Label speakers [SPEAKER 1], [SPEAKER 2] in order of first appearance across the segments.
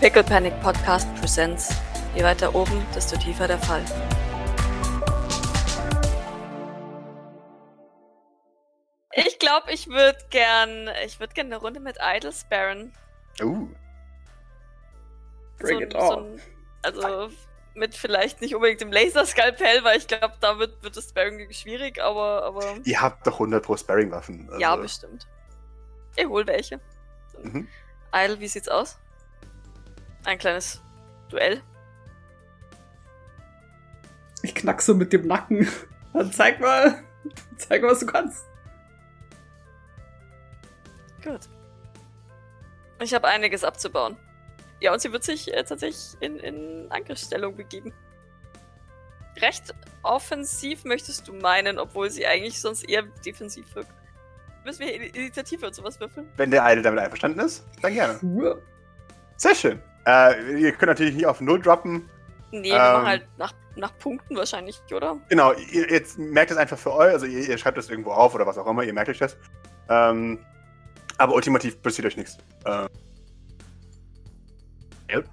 [SPEAKER 1] Pickle Panic Podcast presents. Je weiter oben, desto tiefer der Fall. Ich glaube, ich würde gern, ich würde gern eine Runde mit Idols Baron.
[SPEAKER 2] Uh,
[SPEAKER 1] So ein- so ein- also mit vielleicht nicht unbedingt dem Laserskalpell, weil ich glaube, damit wird es Baron schwierig, aber, aber
[SPEAKER 2] Ihr habt doch 100 pro Sparring-Waffen.
[SPEAKER 1] ja,
[SPEAKER 2] also-
[SPEAKER 1] bestimmt. Ich hol welche.
[SPEAKER 2] Mhm.
[SPEAKER 1] Idle, wie sieht's aus? Ein kleines Duell.
[SPEAKER 3] Ich knackse mit dem Nacken. Dann zeig mal, zeig mal, was du kannst.
[SPEAKER 1] Gut. Ich habe einiges abzubauen. Ja, und sie wird sich äh, tatsächlich in, in Angriffsstellung begeben. Recht offensiv möchtest du meinen, obwohl sie eigentlich sonst eher defensiv wirkt. Müssen wir hier Initiative und sowas würfeln?
[SPEAKER 2] Wenn der eine damit einverstanden ist, dann gerne.
[SPEAKER 3] Schuhe?
[SPEAKER 2] Sehr schön. Äh, ihr könnt natürlich nicht auf Null droppen.
[SPEAKER 1] Nee, wir machen
[SPEAKER 2] Ähm.
[SPEAKER 1] halt nach, nach Punkten wahrscheinlich, oder?
[SPEAKER 2] Genau, ihr, jetzt merkt es einfach für euch, also ihr, ihr schreibt das irgendwo auf oder was auch immer, ihr merkt euch das. Ähm, aber ultimativ passiert euch nichts.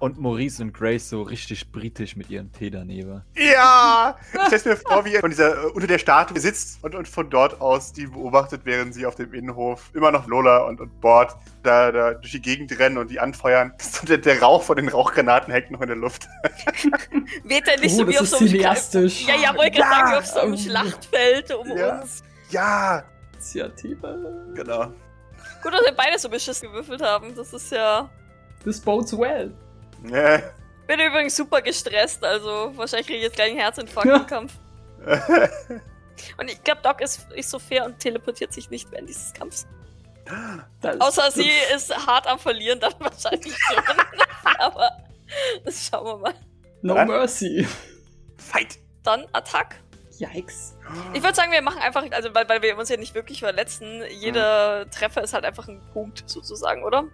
[SPEAKER 4] Und Maurice und Grace so richtig britisch mit ihrem Tee daneben.
[SPEAKER 2] Ja! Ich stelle mir vor, wie ihr von dieser, äh, unter der Statue sitzt und, und von dort aus die beobachtet, während sie auf dem Innenhof immer noch Lola und, und Bord da, da durch die Gegend rennen und die anfeuern. So der, der Rauch von den Rauchgranaten hängt noch in der Luft.
[SPEAKER 1] Weht er nicht
[SPEAKER 3] Oh,
[SPEAKER 1] so wie
[SPEAKER 3] das
[SPEAKER 1] auf
[SPEAKER 3] ist
[SPEAKER 1] so einem Schla-
[SPEAKER 3] cineastisch.
[SPEAKER 1] Ja, ja, wollte gerade
[SPEAKER 2] Ja.
[SPEAKER 1] sagen, wie auf so einem Schlachtfeld um
[SPEAKER 2] Ja.
[SPEAKER 1] uns.
[SPEAKER 2] Ja!
[SPEAKER 3] Initiative.
[SPEAKER 2] Genau.
[SPEAKER 1] Gut, dass wir beide so beschissen gewürfelt haben. Das ist ja.
[SPEAKER 3] This bodes well.
[SPEAKER 2] Ja.
[SPEAKER 1] Bin übrigens super gestresst, also wahrscheinlich kriege ich jetzt gleich einen Herzinfarkt
[SPEAKER 3] Ja.
[SPEAKER 1] im Kampf. Und ich glaube, Doc ist, ist so fair und teleportiert sich nicht während dieses Kampfs.
[SPEAKER 3] Das-
[SPEAKER 1] Außer sie ist hart am Verlieren, dann wahrscheinlich schon. Aber das schauen wir mal.
[SPEAKER 3] No
[SPEAKER 2] Dann-
[SPEAKER 3] mercy.
[SPEAKER 2] Fight!
[SPEAKER 1] Dann Attack.
[SPEAKER 3] Yikes.
[SPEAKER 1] Ich würde sagen, wir machen einfach, also weil, weil wir uns ja nicht wirklich verletzen, jeder Treffer ist halt einfach ein Punkt sozusagen, oder?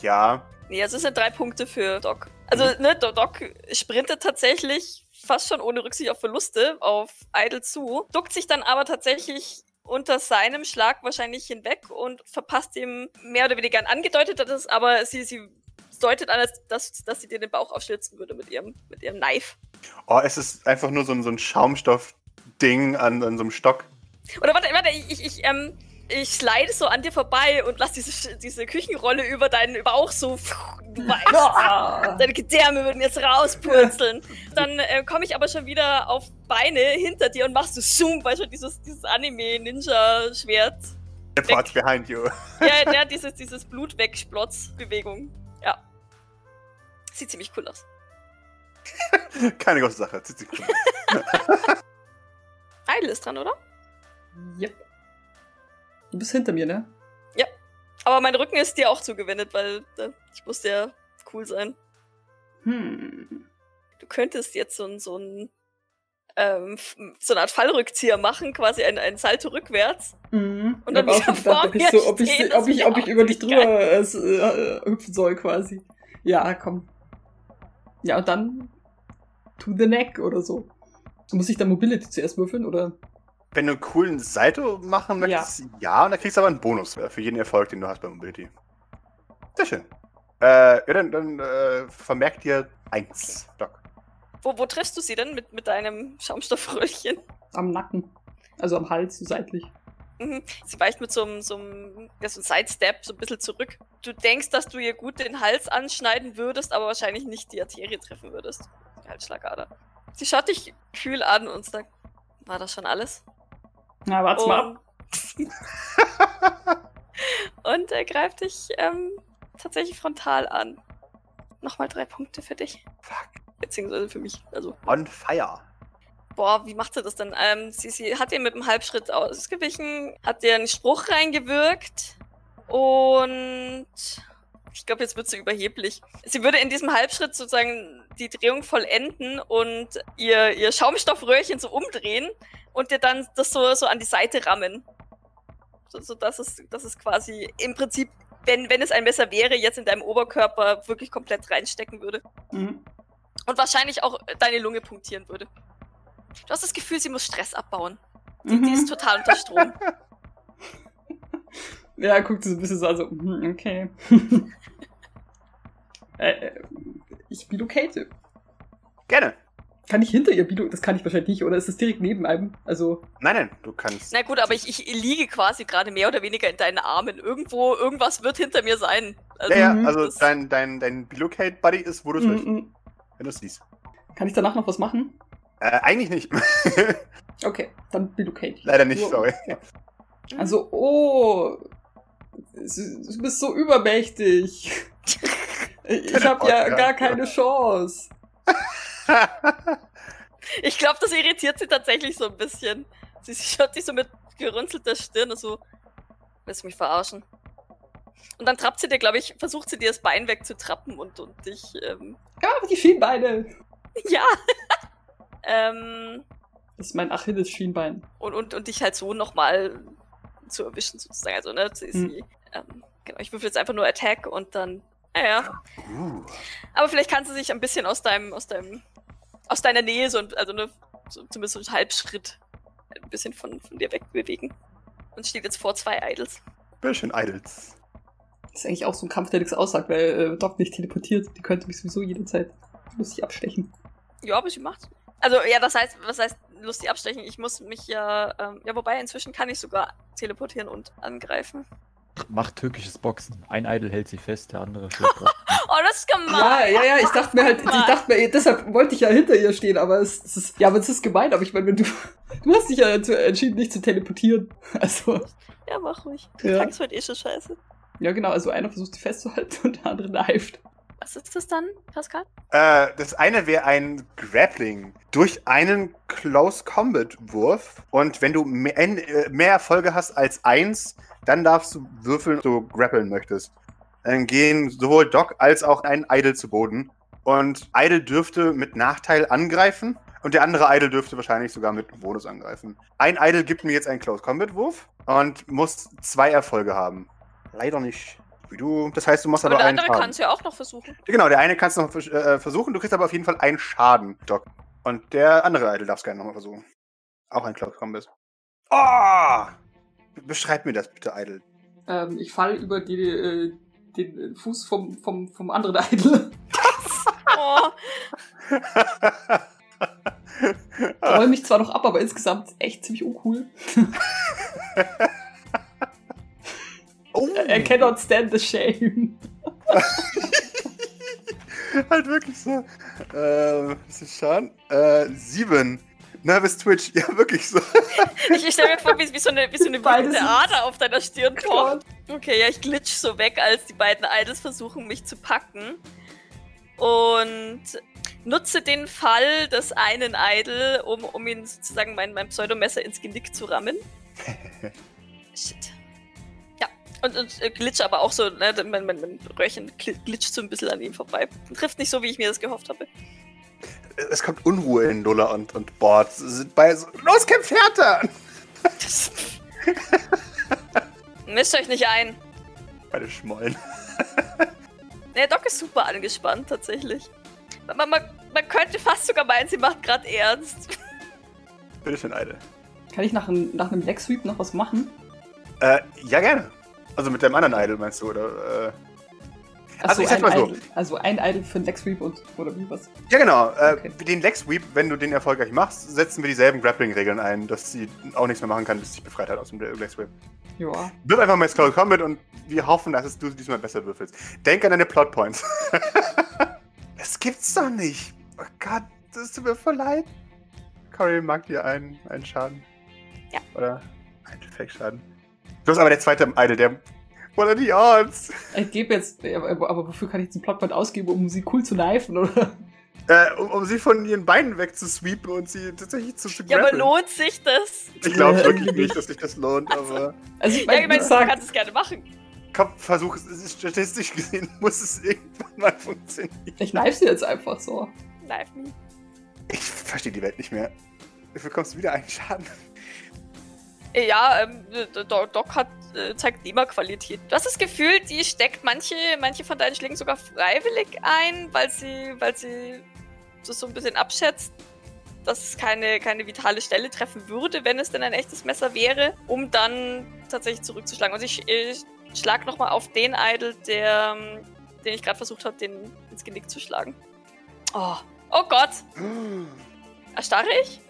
[SPEAKER 2] Ja,
[SPEAKER 1] Nee, also es sind drei Punkte für Doc. Also, ne, Do- Doc sprintet tatsächlich fast schon ohne Rücksicht auf Verluste auf Idle zu, duckt sich dann aber tatsächlich unter seinem Schlag wahrscheinlich hinweg und verpasst ihm mehr oder weniger ein angedeutetes, aber sie, sie deutet an, als dass, dass sie dir den Bauch aufschlitzen würde mit ihrem, mit ihrem Knife.
[SPEAKER 2] Oh, es ist einfach nur so ein, so ein Schaumstoff-Ding an, an so einem Stock.
[SPEAKER 1] Oder warte, warte, ich, ich, ich, ähm, ich slide so an dir vorbei und lass diese, Sch- diese Küchenrolle über deinen Bauch so, du weißt,
[SPEAKER 3] Ah.
[SPEAKER 1] Deine Gedärme würden jetzt rauspurzeln. Dann äh, komme ich aber schon wieder auf Beine hinter dir und machst du Zoom, weil schon dieses, dieses Anime-Ninja-Schwert.
[SPEAKER 2] The Part behind you.
[SPEAKER 1] Ja, ja, dieses, dieses Blut wegsplotz Bewegung. Ja. Sieht ziemlich cool aus.
[SPEAKER 2] Keine große Sache. Zieht sich gut.
[SPEAKER 1] Idle ist dran, oder?
[SPEAKER 3] Yep. Du bist hinter mir, ne?
[SPEAKER 1] Aber mein Rücken ist dir auch zugewendet, weil äh, ich muss ja cool sein.
[SPEAKER 3] Hm.
[SPEAKER 1] Du könntest jetzt so ein, so ein, ähm, f- so eine Art Fallrückzieher machen, quasi ein, ein Salto rückwärts.
[SPEAKER 3] Mhm.
[SPEAKER 1] Und dann
[SPEAKER 3] Ich hab
[SPEAKER 1] wieder
[SPEAKER 3] auch gedacht,
[SPEAKER 1] vor mir
[SPEAKER 3] ob ich so, ob ich,
[SPEAKER 1] stehen,
[SPEAKER 3] ob
[SPEAKER 1] das
[SPEAKER 3] ich,
[SPEAKER 1] wär
[SPEAKER 3] ob ich über dich
[SPEAKER 1] natürlich
[SPEAKER 3] drüber äh, s- äh, hüpfen soll, quasi. Ja, komm. Ja, und dann to the neck oder so. Muss ich dann Mobility zuerst würfeln, oder?
[SPEAKER 2] Wenn du einen coolen Salto machen möchtest, ja. ja, und dann kriegst du aber einen Bonus äh, für jeden Erfolg, den du hast bei Mobility. Sehr schön. Äh, ja, dann, dann äh, vermerkt dir eins, Doc.
[SPEAKER 1] Wo, wo triffst du sie denn mit, mit deinem Schaumstoffröllchen?
[SPEAKER 3] Am Nacken. Also am Hals, so seitlich.
[SPEAKER 1] Mhm. Sie weicht mit so einem, so einem, ja, so einem Sidestep so ein bisschen zurück. Du denkst, dass du ihr gut den Hals anschneiden würdest, aber wahrscheinlich nicht die Arterie treffen würdest. Die Halsschlagader. Sie schaut dich kühl an und sagt, war das schon alles?
[SPEAKER 3] Na, warte mal ab.
[SPEAKER 1] Und- und er greift dich ähm, tatsächlich frontal an. Nochmal drei Punkte für dich.
[SPEAKER 2] Fuck.
[SPEAKER 1] Beziehungsweise für mich. Also,
[SPEAKER 2] On fire.
[SPEAKER 1] Boah, wie macht sie das denn? Ähm, sie, sie hat ihr mit einem Halbschritt ausgewichen, hat ihr einen Spruch reingewirkt und ich glaube, jetzt wird sie überheblich. Sie würde in diesem Halbschritt sozusagen die Drehung vollenden und ihr, ihr Schaumstoffröhrchen so umdrehen und dir dann das so, so an die Seite rammen. So, so dass, es, dass es quasi im Prinzip, wenn, wenn es ein Messer wäre, jetzt in deinem Oberkörper wirklich komplett reinstecken würde.
[SPEAKER 3] Mhm.
[SPEAKER 1] Und wahrscheinlich auch äh, deine Lunge punktieren würde. Du hast das Gefühl, sie muss Stress abbauen.
[SPEAKER 3] Mhm.
[SPEAKER 1] Die ist total unter Strom.
[SPEAKER 3] ja, guckt so ein bisschen so, also, mhm, okay. Äh, ich bilocate.
[SPEAKER 2] Gerne.
[SPEAKER 3] Kann ich hinter ihr bilocate? Das kann ich wahrscheinlich nicht, oder ist das direkt neben einem? Also,
[SPEAKER 2] Nein, nein, du kannst.
[SPEAKER 1] Na gut, aber ich, ich liege quasi gerade mehr oder weniger in deinen Armen. Irgendwo, irgendwas wird hinter mir sein. Also,
[SPEAKER 2] ja, ja,
[SPEAKER 3] Mhm.
[SPEAKER 2] also
[SPEAKER 1] das-
[SPEAKER 2] dein, dein, dein Bilocate-Buddy ist, wo du es
[SPEAKER 3] mm,
[SPEAKER 2] willst,
[SPEAKER 3] mm.
[SPEAKER 2] wenn du es siehst.
[SPEAKER 3] kann ich danach noch was machen?
[SPEAKER 2] Äh, eigentlich nicht.
[SPEAKER 3] Okay, dann bilocate.
[SPEAKER 2] Leider nicht,
[SPEAKER 3] Nur-
[SPEAKER 2] sorry.
[SPEAKER 3] Also, oh, s- s- du bist so übermächtig. Ich habe ja
[SPEAKER 2] Podcast,
[SPEAKER 3] gar
[SPEAKER 2] ja.
[SPEAKER 3] keine Chance.
[SPEAKER 1] Ich glaube, das irritiert sie tatsächlich so ein bisschen. Sie, sie schaut sich so mit gerunzelter Stirn so. Willst du mich verarschen? Und dann trappt sie dir, glaube ich, versucht sie dir das Bein wegzutrappen und, und dich. Ähm,
[SPEAKER 3] Ja, aber die Schienbeine.
[SPEAKER 1] ja. ähm,
[SPEAKER 3] Das ist mein Achilles-Schienbein.
[SPEAKER 1] und, und, und dich halt so nochmal zu erwischen, sozusagen. Also, ne? Sie,
[SPEAKER 3] Hm.
[SPEAKER 1] sie, ähm, genau, ich würfel jetzt einfach nur Attack und dann. Naja.
[SPEAKER 2] Uh,
[SPEAKER 1] Aber vielleicht kannst du sich ein bisschen aus deinem, aus deinem, aus deiner Nähe so, ein- also ne, so, zumindest so einen Halbschritt ein bisschen von, von dir wegbewegen. Und steht jetzt vor zwei Idols.
[SPEAKER 2] bisschen Idols.
[SPEAKER 3] Das ist eigentlich auch so ein Kampf, der nichts aussagt, weil äh, Doc nicht teleportiert. Die könnte mich sowieso jederzeit lustig abstechen.
[SPEAKER 1] Ja, aber sie macht. Also ja, das heißt, was heißt lustig abstechen? Ich muss mich ja, ähm, ja, wobei inzwischen kann ich sogar teleportieren und angreifen.
[SPEAKER 4] Macht türkisches Boxen. Ein Idol hält sie fest, der andere schlägt drauf.
[SPEAKER 1] Oh, das ist gemein.
[SPEAKER 3] Ja, ja, ja, ich dachte mir halt, ich
[SPEAKER 1] Mann.
[SPEAKER 3] dachte mir, deshalb wollte ich ja hinter ihr stehen, aber es, es ist, ja, aber es ist gemein, aber ich meine, wenn du, du hast dich ja dazu entschieden, nicht zu teleportieren. Also,
[SPEAKER 1] Ja, mach ruhig.
[SPEAKER 3] Ja.
[SPEAKER 1] Ja. wird eh schon scheiße.
[SPEAKER 3] ja genau, also einer versucht sie festzuhalten und der andere kneift.
[SPEAKER 1] Was ist das dann, Pascal?
[SPEAKER 2] Äh, das eine wäre ein Grappling durch einen Close Combat Wurf. Und wenn du mehr, ein- äh, mehr Erfolge hast als eins, dann darfst du würfeln, ob du grappeln möchtest. Dann gehen sowohl Doc als auch ein Idol zu Boden. Und Idol dürfte mit Nachteil angreifen. Und der andere Idol dürfte wahrscheinlich sogar mit einem Bonus angreifen. Ein Idol gibt mir jetzt einen Close Combat Wurf und muss zwei Erfolge haben. Leider nicht. Wie du. Das heißt, du machst
[SPEAKER 1] Aber
[SPEAKER 2] aber
[SPEAKER 1] der
[SPEAKER 2] einen
[SPEAKER 1] andere
[SPEAKER 2] Schaden.
[SPEAKER 1] kann es ja auch noch versuchen.
[SPEAKER 2] Genau, der eine kannst du noch vers- äh, versuchen, du kriegst aber auf jeden Fall einen Schaden, Doc. Und der andere Idol darfst gerne nochmal versuchen. Auch ein Cloud Combat. Oh! Be- Beschreib mir das bitte, Idol.
[SPEAKER 3] Ähm, ich fall über die, äh, den Fuß vom, vom, vom anderen Idol,
[SPEAKER 1] Oh,
[SPEAKER 3] roll mich zwar noch ab, aber insgesamt echt ziemlich uncool.
[SPEAKER 2] oh,
[SPEAKER 3] I cannot stand the shame.
[SPEAKER 2] halt wirklich so. Ähm, lass mich schauen. Äh, sieben. Nervous Twitch. Ja, wirklich so.
[SPEAKER 1] ich, ich stelle mir vor, wie, wie so eine, wie so eine
[SPEAKER 3] Beides
[SPEAKER 1] wütende
[SPEAKER 3] ist-
[SPEAKER 1] Ader auf deiner Stirn pocht. Okay, ja, ich glitsch so weg, als die beiden Idols versuchen, mich zu packen. Und nutze den Fall des einen Idol, um, um ihn sozusagen mein, mein Pseudomesser ins Genick zu rammen. Shit. Ja, und, und äh, glitsch aber auch so, ne, mein, mein, mein Röhrchen gl- glitscht so ein bisschen an ihm vorbei. Trifft nicht so, wie ich mir das gehofft habe.
[SPEAKER 2] Es kommt Unruhe in Lola und, und Bord. Sie Sind bei so, Los, kämpft härter!
[SPEAKER 1] Das- Misst euch nicht ein.
[SPEAKER 2] Beide schmollen.
[SPEAKER 1] Nee, Doc ist super angespannt, tatsächlich. Man, man, man könnte fast sogar meinen, sie macht gerade ernst.
[SPEAKER 2] Bitte schön, Idol.
[SPEAKER 3] Kann ich nach, einem- nach einem Leg Sweep noch was machen?
[SPEAKER 2] Äh, ja, gerne. Also mit deinem anderen Idol meinst du, oder? Äh,
[SPEAKER 3] Ach so,
[SPEAKER 2] Also ich sag
[SPEAKER 3] ein
[SPEAKER 2] mal so.
[SPEAKER 3] Idol, also ein Idol für einen Leg Sweep und oder wie was?
[SPEAKER 2] Ja, genau. Äh,
[SPEAKER 3] Okay.
[SPEAKER 2] Den Leg Sweep, wenn du den erfolgreich machst, setzen wir dieselben Grappling-Regeln ein, dass sie auch nichts mehr machen kann, bis sie sich befreit hat aus dem Leg Sweep.
[SPEAKER 3] Ja.
[SPEAKER 2] Wirf einfach mal ins Cloud Combat und wir hoffen, dass es du diesmal besser würfelst. Denk an deine Plotpoints. das gibt's doch nicht. Oh Gott, das tut mir voll leid. Cory mag dir einen, einen Schaden.
[SPEAKER 1] Ja.
[SPEAKER 2] Oder einen Effektschaden. Du hast aber der zweite im Idol, der. What are the odds?
[SPEAKER 3] Ich gebe jetzt, aber, aber wofür kann ich jetzt einen Plotpoint ausgeben, um sie cool zu kneifen, oder?
[SPEAKER 2] Äh, um, um sie von ihren Beinen wegzusweepen und sie tatsächlich zu, zu
[SPEAKER 1] Ja, aber
[SPEAKER 2] grappeln.
[SPEAKER 1] lohnt sich das?
[SPEAKER 2] Ich glaube wirklich nicht, dass sich das lohnt, aber.
[SPEAKER 3] Also ich
[SPEAKER 1] Ja,
[SPEAKER 3] meine,
[SPEAKER 1] ich meine,
[SPEAKER 3] wie
[SPEAKER 1] du
[SPEAKER 3] gesagt,
[SPEAKER 1] kannst es gerne machen.
[SPEAKER 2] Komm, versuch es. es. ist- Statistisch gesehen muss es irgendwann mal funktionieren.
[SPEAKER 3] ich kneif sie jetzt einfach so.
[SPEAKER 1] Knife me.
[SPEAKER 2] Ich verstehe die Welt nicht mehr. Dafür kommst du wieder einen Schaden.
[SPEAKER 1] Ja, ähm, Doc, Doc hat, äh, zeigt immer Qualität. Du hast das Gefühl, die steckt manche, manche von deinen Schlägen sogar freiwillig ein, weil sie, weil sie das so ein bisschen abschätzt, dass es keine, keine vitale Stelle treffen würde, wenn es denn ein echtes Messer wäre, um Also dann tatsächlich zurückzuschlagen. Und ich, ich schlag nochmal auf den Idol, der, ähm, den ich gerade versucht habe, den ins Genick zu schlagen. Oh, oh Gott. Erstarre ich?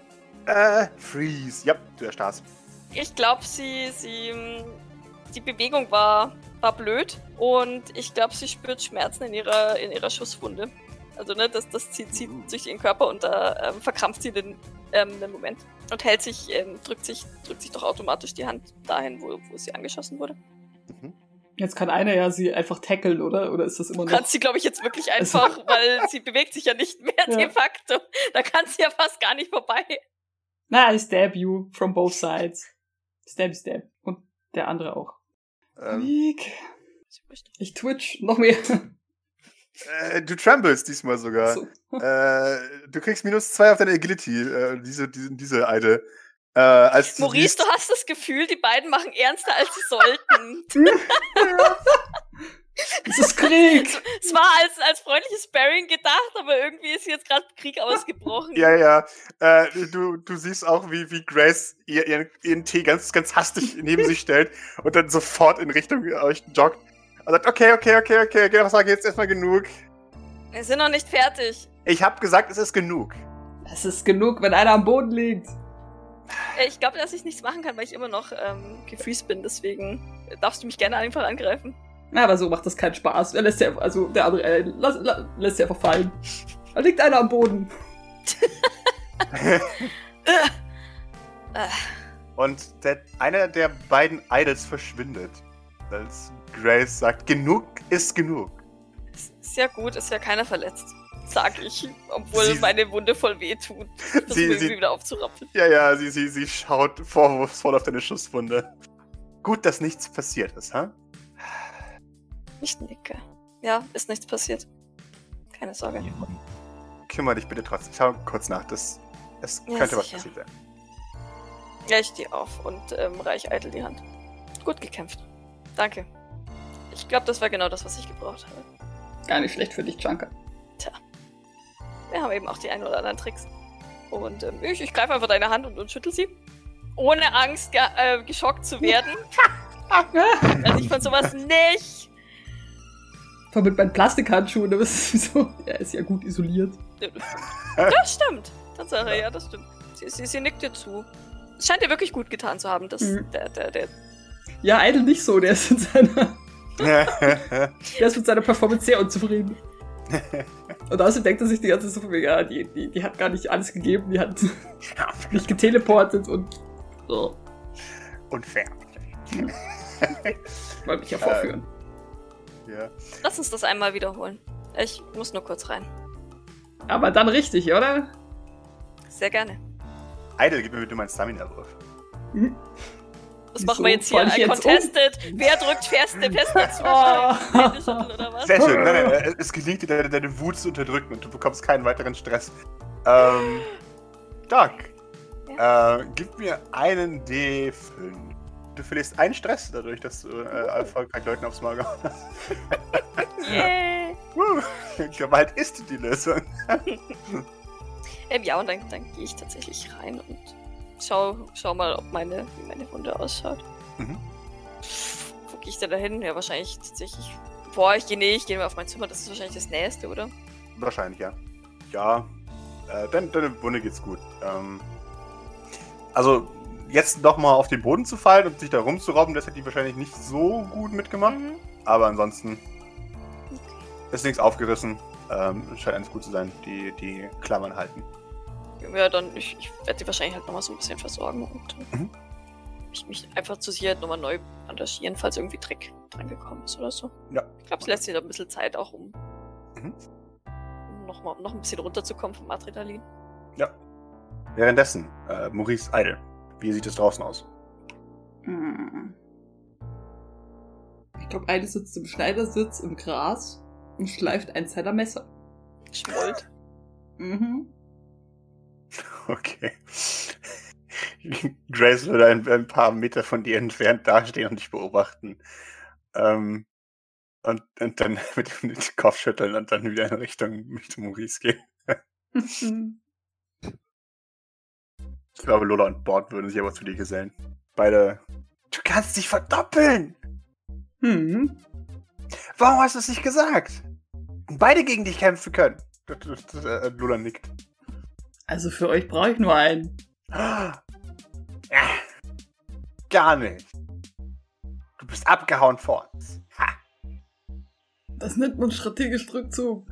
[SPEAKER 2] Äh, Freeze. Ja, du erstarrst.
[SPEAKER 1] Ich glaube, sie, sie, mm, die Bewegung war, war blöd und ich glaube, sie spürt Schmerzen in ihrer, in ihrer Schusswunde. Also, ne, das, das zieht, zieht
[SPEAKER 3] Mhm.
[SPEAKER 1] durch ihren Körper und da ähm, verkrampft sie den, ähm, den Moment und hält sich, ähm, drückt sich, drückt sich doch automatisch die Hand dahin, wo, wo sie angeschossen wurde.
[SPEAKER 2] Mhm.
[SPEAKER 3] Jetzt kann einer ja sie einfach tackeln, oder? Oder ist das immer
[SPEAKER 1] Du
[SPEAKER 3] noch.
[SPEAKER 1] kannst sie, glaube ich, jetzt wirklich
[SPEAKER 3] Also-
[SPEAKER 1] einfach, weil sie bewegt sich ja nicht mehr
[SPEAKER 3] Ja.
[SPEAKER 1] de facto. Da kann sie ja fast gar nicht vorbei.
[SPEAKER 3] Na, I stab you from both sides. Stab, stab. Und der andere auch.
[SPEAKER 2] Ähm,
[SPEAKER 3] Nick. Ich twitch noch mehr.
[SPEAKER 2] äh, du trembles diesmal sogar.
[SPEAKER 3] So.
[SPEAKER 2] Äh, du kriegst minus zwei auf deine Agility, äh, diese, diese, diese alte. Äh, als du
[SPEAKER 1] Maurice,
[SPEAKER 2] siehst-
[SPEAKER 1] du hast das Gefühl, die beiden machen ernster, als sie sollten.
[SPEAKER 3] Es ist Krieg.
[SPEAKER 1] Es war als, als freundliches Sparring gedacht, aber irgendwie ist jetzt gerade Krieg ausgebrochen.
[SPEAKER 2] Ja, ja. Äh, du, du siehst auch, wie, wie Grace ihr, ihren, ihren Tee ganz, ganz hastig neben sich stellt und dann sofort in Richtung euch joggt. Und sagt, okay, okay, okay, okay, okay, das war jetzt erstmal genug.
[SPEAKER 1] Wir sind noch nicht fertig.
[SPEAKER 2] Ich hab gesagt, es ist genug.
[SPEAKER 3] Es ist genug, wenn einer am Boden liegt.
[SPEAKER 1] Äh, Ich glaube, dass ich nichts machen kann, weil ich immer noch ähm, gefreezed bin, deswegen darfst du mich gerne einfach angreifen.
[SPEAKER 3] Na, aber so macht das keinen Spaß. Er lässt sie einfach, also der andere, er lass, la, lässt sie einfach fallen. Da liegt einer am Boden.
[SPEAKER 2] Und der, einer der beiden Idols verschwindet, als Grace sagt, genug ist genug.
[SPEAKER 1] Ist ist ja gut, ist ja keiner verletzt. Sag ich, obwohl
[SPEAKER 2] Sie-
[SPEAKER 1] meine Wunde voll weh tut. Das sie,
[SPEAKER 2] Sie- sie-
[SPEAKER 1] irgendwie wieder aufzurappeln.
[SPEAKER 2] Ja, ja, sie, sie, sie schaut vorwurfsvoll auf deine Schusswunde. Gut, dass nichts passiert ist, ha?
[SPEAKER 1] Ich nicke. Ja, ist nichts passiert. Keine Sorge.
[SPEAKER 2] Kümmere dich bitte trotzdem. Schau kurz nach, das, es
[SPEAKER 1] Ja,
[SPEAKER 2] könnte was
[SPEAKER 1] sicher.
[SPEAKER 2] passiert sein.
[SPEAKER 1] Ja, ich stehe auf und ähm, reich eitel die Hand. Gut gekämpft. Danke. Ich glaube, das war genau das, was ich gebraucht habe.
[SPEAKER 3] Gar nicht schlecht für dich, Junker.
[SPEAKER 1] Wir haben eben auch die ein oder anderen Tricks. Und ähm, ich, ich greife einfach deine Hand und, und schüttel sie. Ohne Angst, ge äh, geschockt zu werden.
[SPEAKER 3] Ah.
[SPEAKER 1] also ich von sowas nicht.
[SPEAKER 3] Vor mit meinen Plastikhandschuhen, aber es ist so. Er ist ja gut isoliert.
[SPEAKER 1] Das stimmt. Tatsache, ja, das stimmt. Sie, sie, sie nickt dir zu. Es scheint dir wirklich gut getan zu haben, dass
[SPEAKER 3] Mhm.
[SPEAKER 1] der, der, der.
[SPEAKER 3] Ja, Eitel nicht so, der ist in seiner.
[SPEAKER 2] ja,
[SPEAKER 3] Der ist mit seiner Performance sehr unzufrieden. Und außerdem denkt er sich die ganze Zeit so von mir, ja, die, die, die hat gar nicht alles gegeben, die hat mich geteleportet und so,
[SPEAKER 2] unfair.
[SPEAKER 3] wollte mich hervorführen.
[SPEAKER 2] Ja.
[SPEAKER 1] Lass uns das einmal wiederholen. Ich muss nur kurz rein.
[SPEAKER 3] Aber dann richtig, oder?
[SPEAKER 1] Sehr gerne.
[SPEAKER 2] Idle, gib mir bitte meinen Stamina-Wurf.
[SPEAKER 3] Hm?
[SPEAKER 1] Das
[SPEAKER 3] Wieso
[SPEAKER 1] machen wir jetzt hier.
[SPEAKER 3] fall ich
[SPEAKER 1] Ein
[SPEAKER 3] jetzt um?
[SPEAKER 1] Contested. Wer drückt feste, feste Zuschauer? Hände schütteln oder was?
[SPEAKER 2] Sehr schön. Nein, nein, es gelingt dir, deine, deine Wut zu unterdrücken und du bekommst keinen weiteren Stress. Ähm, Doc, äh, gib mir einen D5. Du verlierst einen Stress dadurch, dass du äh, erfolgreich Leuten aufs Maul gehauen hast.
[SPEAKER 1] Yay.
[SPEAKER 2] Woo. Gewalt ist die Lösung.
[SPEAKER 1] Ähm, ja, und dann, dann gehe ich tatsächlich rein und schau, schau mal, ob meine, wie meine Wunde ausschaut.
[SPEAKER 2] Mhm.
[SPEAKER 1] Wo gehe ich denn da hin? Ja, wahrscheinlich tatsächlich. Boah, ich gehe nee, ich gehe mal auf mein Zimmer, das ist wahrscheinlich das nächste, oder?
[SPEAKER 2] Wahrscheinlich, ja. Ja, äh, deine, deine Wunde geht's gut. Ähm, also, jetzt nochmal auf den Boden zu fallen und sich da rumzurobben, das hätte die wahrscheinlich nicht so gut mitgemacht.
[SPEAKER 1] Mhm.
[SPEAKER 2] Aber ansonsten
[SPEAKER 1] Okay.
[SPEAKER 2] ist nichts aufgerissen. Ähm, scheint alles gut zu sein. Die, die Klammern halten.
[SPEAKER 1] Ja, dann, ich, ich werde die wahrscheinlich halt nochmal so ein bisschen versorgen und äh,
[SPEAKER 2] Mhm.
[SPEAKER 1] mich, mich einfach zur Sicherheit nochmal neu bandagieren, falls irgendwie Dreck drangekommen ist oder so.
[SPEAKER 2] Ja.
[SPEAKER 1] Ich glaube, es lässt sich da ein bisschen Zeit auch, um,
[SPEAKER 2] Mhm.
[SPEAKER 1] um noch, mal, noch ein bisschen runterzukommen vom Adrenalin.
[SPEAKER 2] Währenddessen, äh, Maurice Idle. Wie sieht es draußen aus?
[SPEAKER 3] Hm. Ich glaube, eine sitzt im Schneidersitz im Gras und schleift eins seiner Messer.
[SPEAKER 1] Schmollt.
[SPEAKER 3] Mhm.
[SPEAKER 2] Okay. Grace würde ein, ein paar Meter von dir entfernt dastehen und dich beobachten. Ähm, und, und dann mit dem Kopf schütteln und dann wieder in Richtung mit Maurice gehen. Ich glaube, Lola und Bord würden sich aber zu dir gesellen. Beide. Du kannst dich verdoppeln!
[SPEAKER 3] hm.
[SPEAKER 2] Warum hast du es nicht gesagt? Beide gegen dich kämpfen können. Äh, Lola nickt.
[SPEAKER 3] Also für euch brauche ich nur einen.
[SPEAKER 2] Ah. Gar nicht. Du bist abgehauen vor uns. Ha.
[SPEAKER 3] Das nennt man strategisch Rückzug.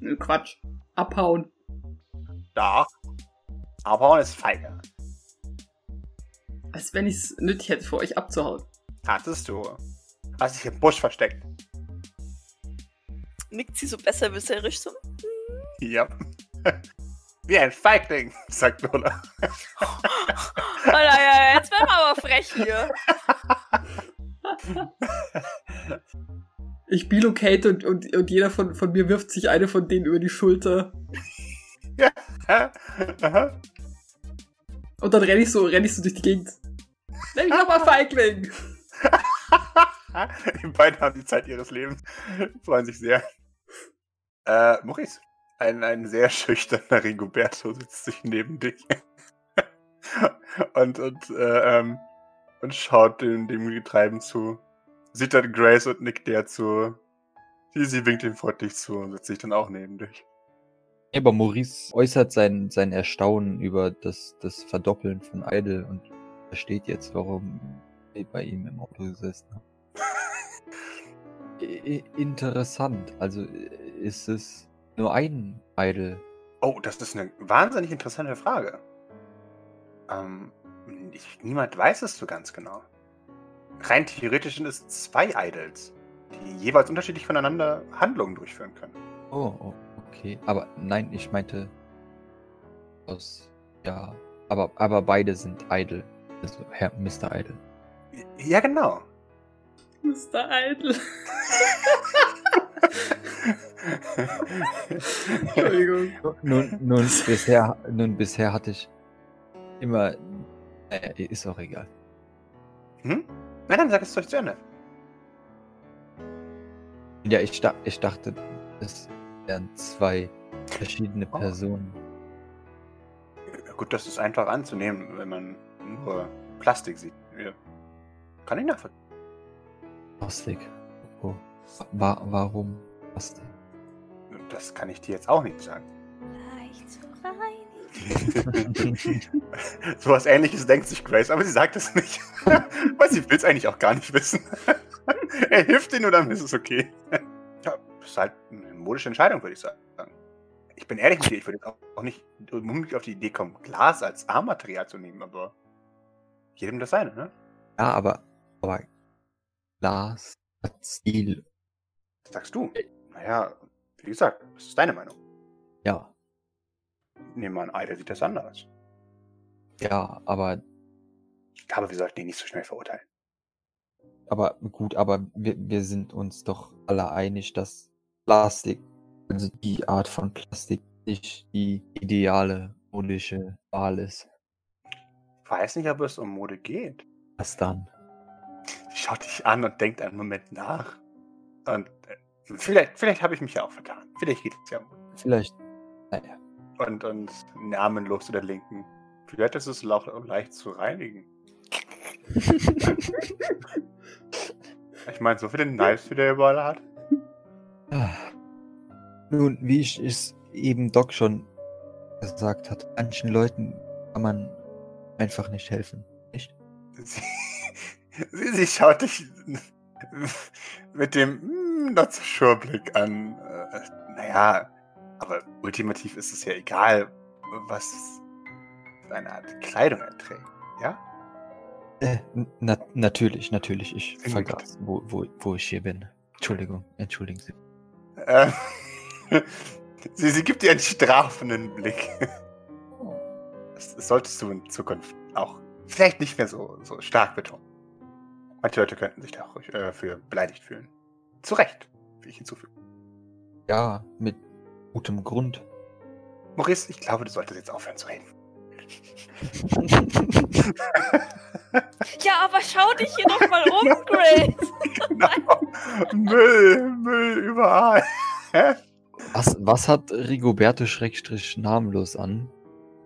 [SPEAKER 3] Nö, Quatsch. Abhauen.
[SPEAKER 2] Da. Abhauen ist feige.
[SPEAKER 3] Als wenn ich es nötig hätte, für euch abzuhauen.
[SPEAKER 2] Hattest du. Hast dich im Busch versteckt.
[SPEAKER 1] Nickt sie so besserwisserisch so.
[SPEAKER 2] Ja. Wie ein Feigling, sagt Lola.
[SPEAKER 1] Oh naja, jetzt werden wir aber frech hier.
[SPEAKER 3] Ich bilocate und, und, und jeder von, von mir wirft sich eine von denen über die Schulter.
[SPEAKER 2] Hä? Aha.
[SPEAKER 3] Und dann renn ich so, renn ich so durch die Gegend. Nenn mich nochmal Feigling!
[SPEAKER 2] die beiden haben die Zeit ihres Lebens. Freuen sich sehr. Äh, Maurice. Ein, ein sehr schüchterner Rigoberto sitzt sich neben dich. und, und, äh, ähm, und schaut dem, dem Getreiben zu. Sieht dann Grace und nickt der zu. Sie, sie winkt ihm freundlich zu und setzt sich dann auch neben dich.
[SPEAKER 4] Aber Maurice äußert sein, sein Erstaunen über das, das Verdoppeln von Idle und versteht jetzt, warum ich bei ihm im Auto gesessen habe. I- i- Interessant. Also äh, ist es nur ein Idle?
[SPEAKER 2] Oh, das ist eine wahnsinnig interessante Frage. Ähm, ich, niemand weiß es so ganz genau. Rein theoretisch sind es zwei Idols, die jeweils unterschiedlich voneinander Handlungen durchführen können.
[SPEAKER 4] Oh, oh, okay. Aber nein, ich meinte aus. Ja, aber, aber beide sind Idle. Also Herr Mr. Idle.
[SPEAKER 2] Ja, genau.
[SPEAKER 3] Mr. Eitel. Entschuldigung.
[SPEAKER 4] Nun, nun, bisher, nun bisher hatte ich immer. Äh, ist auch egal.
[SPEAKER 2] hm? Nein, dann sag es euch zu Ende.
[SPEAKER 4] Ja, ich, da, ich dachte, es wären zwei verschiedene
[SPEAKER 2] Oh.
[SPEAKER 4] Personen.
[SPEAKER 2] Äh, Gut, das ist einfach anzunehmen, wenn man nur Plastik sieht. Ja. Kann ich nachvollziehen.
[SPEAKER 4] Plastik. Oh. Wa warum Plastik?
[SPEAKER 2] Das kann ich dir jetzt auch nicht sagen.
[SPEAKER 1] Leicht zu reinigen.
[SPEAKER 2] Sowas ähnliches denkt sich Grace, aber sie sagt es nicht. Weil sie will es eigentlich auch gar nicht wissen. er hilft ihnen und dann ist es okay. Ja, ist halt eine modische Entscheidung, würde ich sagen. Ich bin ehrlich mit dir, ich würde jetzt auch- auch nicht unbedingt auf die Idee kommen, Glas als Armmaterial zu nehmen, aber jedem das seine, ne?
[SPEAKER 4] ja, aber, aber Glas hat Stil.
[SPEAKER 2] Das sagst du. Naja, wie gesagt, das ist deine Meinung.
[SPEAKER 4] Ja,
[SPEAKER 2] Nehmen wir an, Eider sieht das anders.
[SPEAKER 4] ja, aber,
[SPEAKER 2] Aber wir sollten ihn nicht so schnell verurteilen.
[SPEAKER 4] aber gut, aber wir, wir sind uns doch alle einig, dass Plastik, also die Art von Plastik, nicht die ideale modische Wahl ist.
[SPEAKER 2] Ich weiß nicht, ob es um Mode geht.
[SPEAKER 4] Was dann?
[SPEAKER 2] Sie schaut dich an und denkt einen Moment nach. Und äh, vielleicht, vielleicht habe ich mich ja auch vertan. Vielleicht geht es ja um.
[SPEAKER 4] Vielleicht, naja,
[SPEAKER 2] Und, und namenlos zu der Linken. Vielleicht ist es lau- leicht zu reinigen. Ich meine, so viele Knives, wie der überall hat.
[SPEAKER 4] Ah. Nun, wie ich es eben Doc schon gesagt hat, manchen Leuten kann man einfach nicht helfen.
[SPEAKER 2] Sie, sie, sie schaut dich mit dem "Hm, not so sure Blick an. Äh, naja, aber ultimativ ist es ja egal, was für eine Art Kleidung er trägt.
[SPEAKER 4] Äh, n- na, natürlich, natürlich, ich
[SPEAKER 2] Sehr gut.
[SPEAKER 4] vergaß, wo, wo, wo ich hier bin. Entschuldigung, entschuldigen Sie.
[SPEAKER 2] Ähm, sie, sie gibt dir einen strafenden Blick. Das, das solltest du in Zukunft auch vielleicht nicht mehr so, so stark betonen. Manche Leute könnten sich da auch äh, für beleidigt fühlen. Zu Recht, will ich hinzufügen.
[SPEAKER 4] Ja, mit gutem Grund.
[SPEAKER 2] Maurice, ich glaube, du solltest jetzt aufhören zu reden.
[SPEAKER 1] Ja, aber schau dich hier doch mal um, Grace.
[SPEAKER 2] Genau. Müll, Müll überall.
[SPEAKER 4] was, was hat Rigoberto Schrägstrich namenlos an?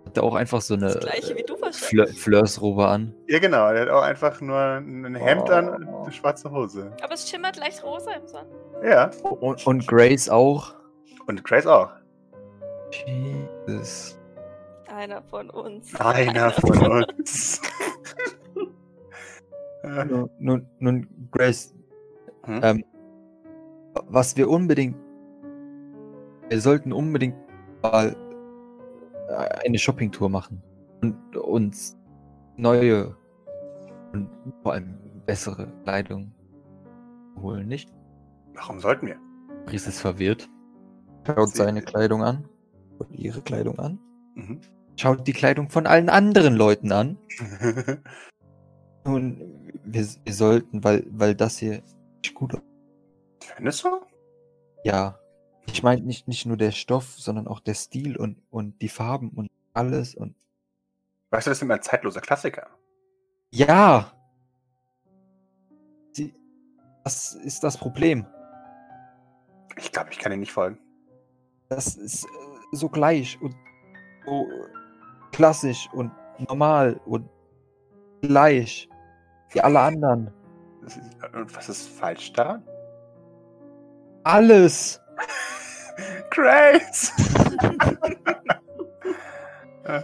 [SPEAKER 4] hatte auch einfach so eine
[SPEAKER 1] Das gleiche wie du
[SPEAKER 2] Äh,
[SPEAKER 1] wahrscheinlich.
[SPEAKER 4] Flö Flörsrobe an.
[SPEAKER 2] Ja, genau. Er hat auch einfach nur ein Hemd an und eine schwarze Hose.
[SPEAKER 1] Aber es schimmert leicht rosa im Sonnen.
[SPEAKER 2] Ja.
[SPEAKER 1] Oh.
[SPEAKER 4] Und, und Grace auch.
[SPEAKER 2] Und Grace auch.
[SPEAKER 4] Jesus.
[SPEAKER 1] Einer von uns.
[SPEAKER 2] Einer von uns. Äh,
[SPEAKER 4] Nun, nun, nun Grace,
[SPEAKER 2] hm?
[SPEAKER 4] Ähm, was wir unbedingt. Wir sollten unbedingt mal äh, eine Shoppingtour machen und uns neue und vor allem bessere Kleidung holen, nicht?
[SPEAKER 2] Warum sollten wir?
[SPEAKER 4] Ries ist verwirrt. Schaut
[SPEAKER 2] Sie-
[SPEAKER 4] seine Kleidung an und ihre Kleidung an.
[SPEAKER 2] Mhm.
[SPEAKER 4] Schaut die Kleidung von allen anderen Leuten an. Nun, wir, wir sollten, weil, weil das hier nicht gut
[SPEAKER 2] Findest du?
[SPEAKER 4] Ja. Ich meine nicht, nicht nur der Stoff, sondern auch der Stil und, und die Farben und alles und.
[SPEAKER 2] Weißt du, das ist immer ein zeitloser Klassiker.
[SPEAKER 4] Ja! Sie, das ist das Problem.
[SPEAKER 2] Ich glaube, ich kann dir nicht folgen.
[SPEAKER 4] Das ist äh, so gleich und so klassisch und normal und gleich wie alle anderen.
[SPEAKER 2] Das ist, und was ist falsch daran?
[SPEAKER 4] Alles!
[SPEAKER 2] Grace! Äh.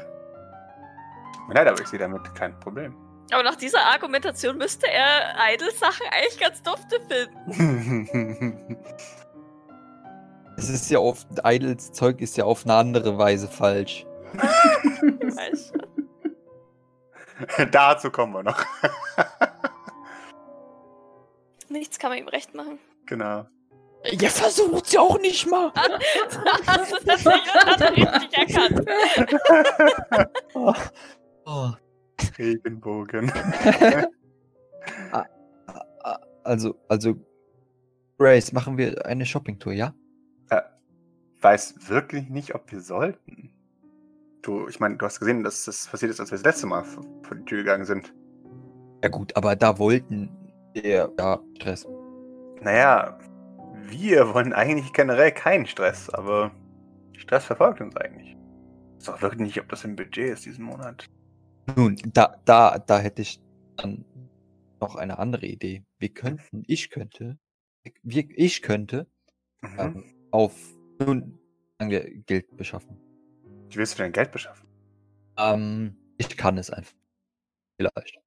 [SPEAKER 2] Mir Leid, aber ich sehe damit kein Problem.
[SPEAKER 1] Aber nach dieser Argumentation müsste er Eidelsachen eigentlich ganz dufte finden.
[SPEAKER 4] Es ist ja oft, Idols Zeug ist ja auf eine andere Weise falsch.
[SPEAKER 1] Weißt du?
[SPEAKER 2] Dazu kommen wir noch.
[SPEAKER 1] Nichts kann man ihm recht machen.
[SPEAKER 2] Genau.
[SPEAKER 4] Ihr versucht's ja auch nicht mal!
[SPEAKER 1] Hast du das nicht richtig erkannt?
[SPEAKER 4] Oh. Oh.
[SPEAKER 2] Regenbogen.
[SPEAKER 4] Also, also, Grace, machen wir eine Shoppingtour, ja?
[SPEAKER 2] Weiß wirklich nicht, ob wir sollten. Du, ich meine, du hast gesehen, dass das passiert ist, als wir das letzte Mal v- vor die Tür gegangen sind.
[SPEAKER 4] Ja gut, aber da wollten wir ja Stress.
[SPEAKER 2] Naja, wir wollen eigentlich generell keinen Stress, aber Stress verfolgt uns eigentlich. Ich weiß auch wirklich nicht, ob das im Budget ist diesen Monat.
[SPEAKER 4] Nun, da, da, da hätte ich dann noch eine andere Idee. Wir könnten, ich könnte, wir, ich könnte
[SPEAKER 2] Mhm.
[SPEAKER 4] ähm, auf, nun, sagen wir, Geld beschaffen.
[SPEAKER 2] Wie willst du denn Geld beschaffen?
[SPEAKER 4] Ähm, ich kann es einfach. Vielleicht.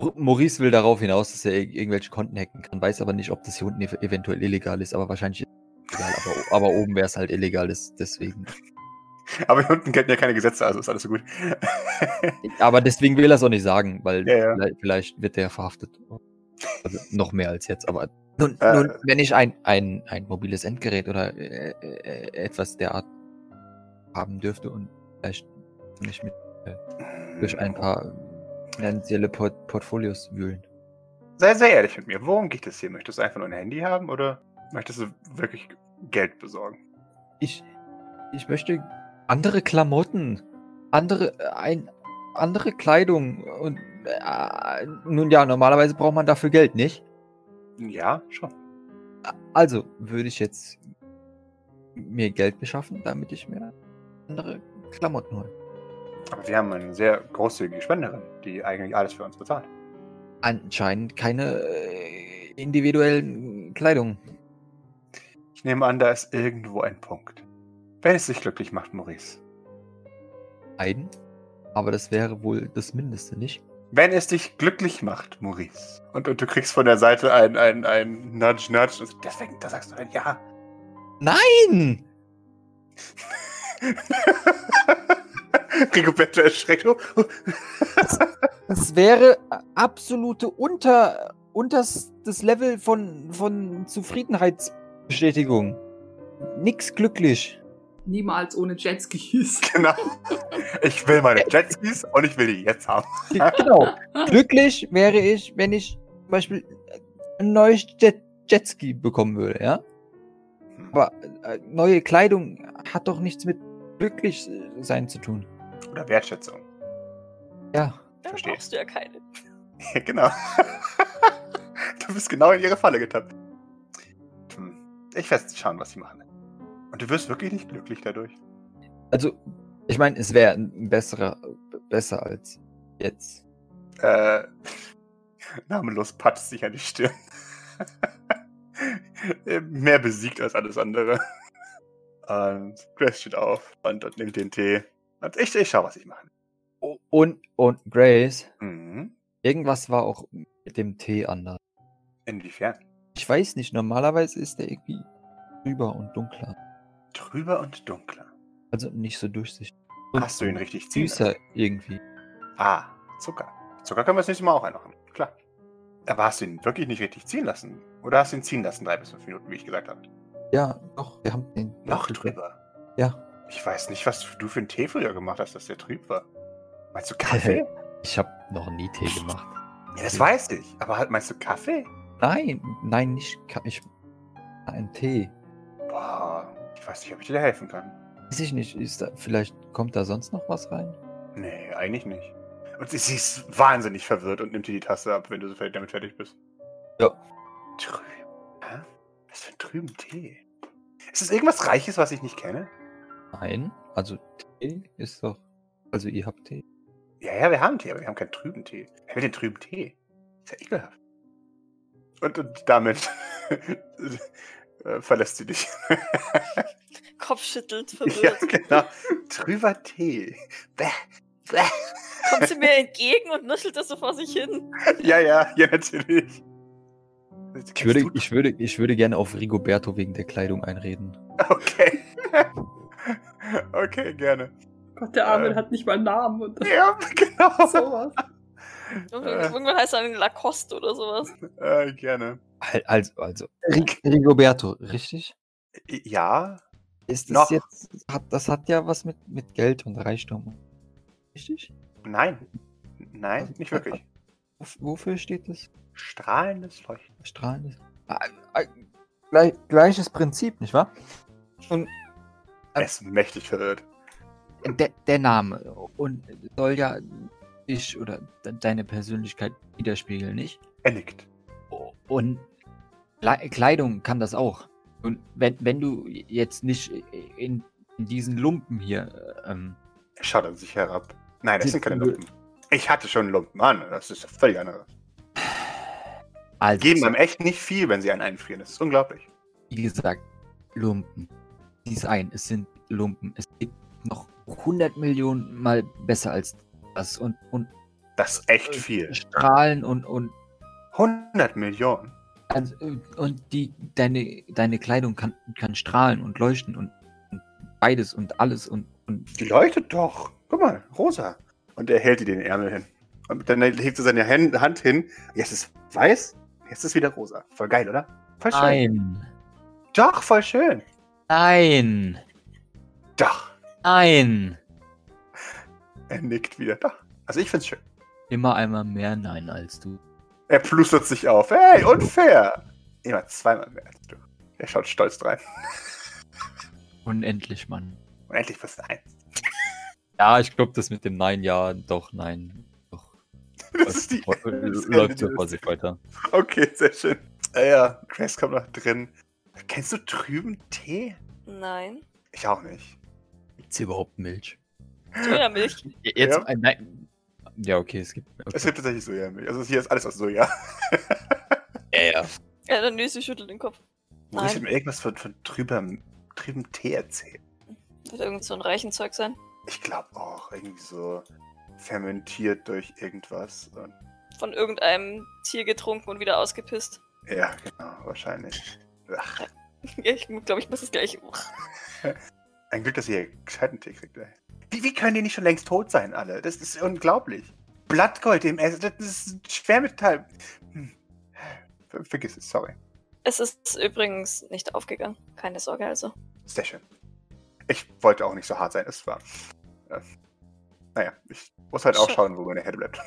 [SPEAKER 4] Mo- Maurice will darauf hinaus, dass er ir- irgendwelche Konten hacken kann, weiß aber nicht, ob das hier unten ev- eventuell illegal ist, aber wahrscheinlich ist es illegal, aber, aber oben wäre es halt illegal, das, deswegen.
[SPEAKER 2] Aber hier unten gelten ja keine Gesetze, also ist alles so gut.
[SPEAKER 4] Aber deswegen will er es auch nicht sagen, weil
[SPEAKER 2] Ja, ja.
[SPEAKER 4] Vielleicht, vielleicht wird er verhaftet. Also noch mehr als jetzt, aber nun,
[SPEAKER 2] Äh.
[SPEAKER 4] nun wenn ich ein, ein, ein mobiles Endgerät oder äh, äh, etwas derart haben dürfte und vielleicht nicht mit
[SPEAKER 2] Hm.
[SPEAKER 4] durch ein paar finanzielle Port Portfolios wühlen.
[SPEAKER 2] Sei sehr ehrlich mit mir, worum geht es hier? Möchtest du einfach nur ein Handy haben oder möchtest du wirklich Geld besorgen?
[SPEAKER 4] Ich, ich möchte andere Klamotten, andere, äh, ein, andere Kleidung und äh, nun ja, normalerweise braucht man dafür Geld, nicht?
[SPEAKER 2] Ja, schon.
[SPEAKER 4] Also würde ich jetzt mir Geld beschaffen, damit ich mir andere Klamotten hole.
[SPEAKER 2] Aber wir haben eine sehr großzügige Spenderin, die eigentlich alles für uns bezahlt.
[SPEAKER 4] Anscheinend keine äh, individuellen Kleidung.
[SPEAKER 2] Ich nehme an, da ist irgendwo ein Punkt. Wenn es dich glücklich macht, Maurice.
[SPEAKER 4] Ein, aber das wäre wohl das Mindeste, nicht?
[SPEAKER 2] Wenn es dich glücklich macht, Maurice. Und, und du kriegst von der Seite ein, ein, ein Nudge, Nudge. Und deswegen, da sagst du ein Ja.
[SPEAKER 4] Nein!
[SPEAKER 2] Rigoberto erschreckt. Oh, oh.
[SPEAKER 4] Das wäre absolute unter, unterstes Level von, von Zufriedenheitsbestätigung. Nix glücklich.
[SPEAKER 3] Niemals ohne Jetskis.
[SPEAKER 2] Genau. Ich will meine Jetskis und ich will die jetzt haben.
[SPEAKER 4] Genau. glücklich wäre ich, wenn ich zum Beispiel ein neues Jet Jetski bekommen würde, ja? Aber äh, neue Kleidung hat doch nichts mit glücklich sein zu tun.
[SPEAKER 2] Oder Wertschätzung.
[SPEAKER 4] Ja.
[SPEAKER 1] Da
[SPEAKER 2] Verstehe.
[SPEAKER 1] brauchst du ja keine.
[SPEAKER 2] Ja, genau. du bist genau in ihre Falle getappt. Hm. Ich werde schauen, was sie machen. Und du wirst wirklich nicht glücklich dadurch.
[SPEAKER 4] Also, Ich meine, es wäre ein besserer, besser als jetzt.
[SPEAKER 2] Äh, namenlos patzt sich an die Stirn. Äh, Mehr besiegt als alles andere. Und Grace steht auf und, und nimmt den Tee. Und ich, ich schau, was ich mache.
[SPEAKER 4] O- Und, und Grace,
[SPEAKER 2] Mhm.
[SPEAKER 4] irgendwas war auch mit dem Tee anders.
[SPEAKER 2] Inwiefern?
[SPEAKER 4] Ich weiß nicht, normalerweise ist der irgendwie drüber und dunkler.
[SPEAKER 2] Trüber und dunkler.
[SPEAKER 4] Also nicht so durchsichtig. Und
[SPEAKER 2] Hast du ihn richtig ziehen lassen?
[SPEAKER 4] Süßer irgendwie.
[SPEAKER 2] Ah, Zucker. Zucker können wir das nächste Mal auch einmachen. Klar. Aber hast du ihn wirklich nicht richtig ziehen lassen? Oder hast du ihn ziehen lassen, drei bis fünf Minuten, wie ich gesagt habe?
[SPEAKER 4] Ja, noch. Wir haben den.
[SPEAKER 2] Noch drüber.
[SPEAKER 4] Ja.
[SPEAKER 2] Ich weiß nicht, was du für einen Tee früher gemacht hast, dass der trüb war. Meinst du Kaffee?
[SPEAKER 4] Ich habe noch nie Tee gemacht.
[SPEAKER 2] ja, das weiß ich. Aber halt, meinst du Kaffee?
[SPEAKER 4] Nein, nein, nicht. Ka- Ich. Ein Tee.
[SPEAKER 2] Boah, ich weiß nicht, ob ich dir da helfen kann.
[SPEAKER 4] Weiß ich nicht. Ist da, vielleicht kommt da sonst noch was rein?
[SPEAKER 2] Nee, eigentlich nicht. Und sie sie ist wahnsinnig verwirrt und nimmt dir die Tasse ab, wenn du so fer- damit fertig bist.
[SPEAKER 4] Ja.
[SPEAKER 2] Trüb. Hä? Was für ein trüben Tee? Ist es irgendwas Reiches, was ich nicht kenne?
[SPEAKER 4] Nein. Also Tee ist doch. Also ihr habt Tee.
[SPEAKER 2] Ja, ja, wir haben Tee, aber wir haben keinen trüben Tee. Wer will den trüben Tee? Ist ja ekelhaft. Und, und damit äh, verlässt sie dich.
[SPEAKER 1] Kopfschüttelt,
[SPEAKER 2] ja,
[SPEAKER 1] verwirrt.
[SPEAKER 2] genau. Trüber Tee. Bäh. Bäh.
[SPEAKER 1] Kommt sie mir entgegen und nuschelt das so vor sich hin.
[SPEAKER 2] Ja, ja, ja, natürlich.
[SPEAKER 4] Ich würde, ich, würde, ich würde gerne auf Rigoberto wegen der Kleidung einreden.
[SPEAKER 2] Okay. okay, gerne.
[SPEAKER 3] Gott, der Armin
[SPEAKER 2] Äh.
[SPEAKER 3] hat nicht mal einen Namen und das
[SPEAKER 2] Ja, genau.
[SPEAKER 3] sowas.
[SPEAKER 1] Irgendwie,
[SPEAKER 2] Äh.
[SPEAKER 1] Irgendwann heißt er ein Lacoste oder sowas.
[SPEAKER 2] Äh, gerne.
[SPEAKER 4] Al- Also, also. Rigoberto, richtig?
[SPEAKER 2] Äh, Ja,
[SPEAKER 4] Ist
[SPEAKER 2] Noch.
[SPEAKER 4] das jetzt. Hat, das hat ja was mit, mit Geld und Reichtum. Richtig?
[SPEAKER 2] nein. Nein, nicht wirklich.
[SPEAKER 4] Wof- Wofür steht das?
[SPEAKER 2] Strahlendes Leuchten.
[SPEAKER 4] strahlendes. Ah, Gleich, gleiches Prinzip, nicht wahr? Und Äh.
[SPEAKER 2] Er ist mächtig verwirrt.
[SPEAKER 4] de, der Name und soll ja dich oder de, deine Persönlichkeit widerspiegeln, nicht?
[SPEAKER 2] Er nickt.
[SPEAKER 4] Und Kle- Kleidung kann das auch. Und wenn, wenn du jetzt nicht in, in diesen Lumpen hier, äh, ähm,
[SPEAKER 2] Er schaut an sich herab. Nein, das
[SPEAKER 4] Die-
[SPEAKER 2] sind keine
[SPEAKER 4] die-
[SPEAKER 2] Lumpen. Ich hatte schon Lumpen an. Das ist völlig anderes.
[SPEAKER 4] also,
[SPEAKER 2] Geben einem echt nicht viel, wenn sie einen einfrieren. Das ist unglaublich.
[SPEAKER 4] wie gesagt, Lumpen. Dies ein, es sind Lumpen. Es gibt noch 100 Millionen mal besser als das und, und
[SPEAKER 2] Das ist
[SPEAKER 4] Äh,
[SPEAKER 2] echt viel.
[SPEAKER 4] Strahlen und, und
[SPEAKER 2] 100 Millionen.
[SPEAKER 4] Also, äh, und die, deine, deine Kleidung kann, kann strahlen und leuchten und, und beides und alles und, und
[SPEAKER 2] Die leuchtet doch. Guck mal, rosa. Und er hält ihr den Ärmel hin. Und dann hebt er seine Hän- Hand hin. Jetzt ist weiß, jetzt ist wieder rosa. Voll geil, oder? Voll schön.
[SPEAKER 4] nein,
[SPEAKER 2] Doch, voll schön.
[SPEAKER 4] nein,
[SPEAKER 2] Doch.
[SPEAKER 4] nein.
[SPEAKER 2] Er nickt wieder. Doch. Also ich find's schön.
[SPEAKER 4] Immer einmal mehr Nein als du.
[SPEAKER 2] Er plustert sich auf. Hey, unfair. Immer zweimal mehr als du. Er schaut stolz rein.
[SPEAKER 4] Unendlich, Mann.
[SPEAKER 2] Und endlich bist du eins.
[SPEAKER 4] Ja, ich glaube, das mit dem Nein, ja, doch, nein, doch.
[SPEAKER 2] Das ist die.
[SPEAKER 4] Äh,
[SPEAKER 2] das Ende
[SPEAKER 4] Läuft so
[SPEAKER 2] des-
[SPEAKER 4] vor sich weiter.
[SPEAKER 2] Okay, sehr schön. Ja, ja. Grace kommt noch drin. Kennst du trüben Tee?
[SPEAKER 1] Nein.
[SPEAKER 2] Ich auch nicht.
[SPEAKER 4] Gibt's hier überhaupt Milch?
[SPEAKER 1] Sojamilch.
[SPEAKER 4] Jetzt,
[SPEAKER 2] Ja.
[SPEAKER 4] äh, nein. Ja, okay, es gibt.
[SPEAKER 2] Es
[SPEAKER 4] Okay.
[SPEAKER 2] gibt tatsächlich Sojamilch. Also hier ist alles aus Soja.
[SPEAKER 4] Ja, ja.
[SPEAKER 1] Ja, dann nee, sie schüttelt den Kopf.
[SPEAKER 2] Du musst
[SPEAKER 1] Nein.
[SPEAKER 2] mir irgendwas von, von trübem, trübem Tee erzählen.
[SPEAKER 1] Wird irgend so ein reichen Zeug sein.
[SPEAKER 2] Ich glaube auch, irgendwie so fermentiert durch irgendwas. Und,
[SPEAKER 1] Von irgendeinem Tier getrunken und wieder ausgepisst.
[SPEAKER 2] ja, genau, wahrscheinlich. Ach,
[SPEAKER 1] Ich glaube, ich muss es gleich.
[SPEAKER 2] ein Glück, dass ihr gescheiten Tee kriegt, ey. Wie, wie können die nicht schon längst tot sein, alle? Das ist unglaublich. Blattgold im Essen, das ist ein Schwermetall. Hm. Ver- Vergiss es, sorry.
[SPEAKER 1] Es ist übrigens nicht aufgegangen. Keine Sorge, also.
[SPEAKER 2] Sehr schön. Ich wollte auch nicht so hart sein, es war. Äh, naja, ich muss halt auch
[SPEAKER 1] Schön.
[SPEAKER 2] schauen, wo meine Hände bleibt.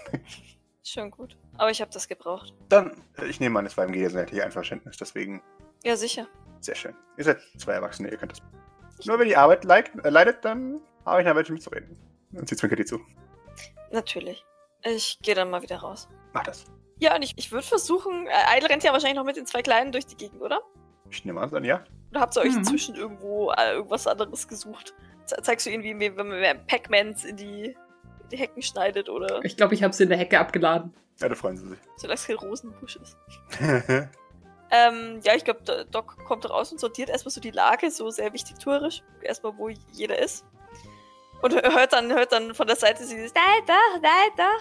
[SPEAKER 1] Schon gut. Aber ich habe das gebraucht.
[SPEAKER 2] Dann, äh, ich nehme an, es war im gegenseitig ein Verständnis, deswegen
[SPEAKER 1] Ja, sicher.
[SPEAKER 2] sehr schön. Ihr seid zwei Erwachsene, ihr könnt das. Nur wenn die Arbeit leid, äh, leidet, dann habe ich eine Arbeit mitzureden. Und sie zwinkert dir zu.
[SPEAKER 1] Natürlich. Ich gehe dann mal wieder raus.
[SPEAKER 2] Mach das.
[SPEAKER 1] Ja, und ich, ich würde versuchen. Äh, Eidel rennt ja wahrscheinlich noch mit den zwei Kleinen durch die Gegend, oder?
[SPEAKER 2] Ich nehme an, dann ja.
[SPEAKER 1] Oder habt ihr euch
[SPEAKER 3] Mhm.
[SPEAKER 1] inzwischen irgendwo äh, irgendwas anderes gesucht? Ze- Zeigst du irgendwie, wie wenn man Pac-Mans in die, in die Hecken schneidet oder
[SPEAKER 3] Ich glaube, ich habe sie in der Hecke abgeladen.
[SPEAKER 2] Ja, da freuen sie sich.
[SPEAKER 1] solange es kein Rosenbusch ist? Ähm, ja, ich glaube, Doc kommt raus und sortiert erstmal so die Lage, so sehr wichtigtuerisch. Erstmal, wo jeder ist. Und hö- hört dann, hört dann von der Seite sie dieses Nein, da, nein, da.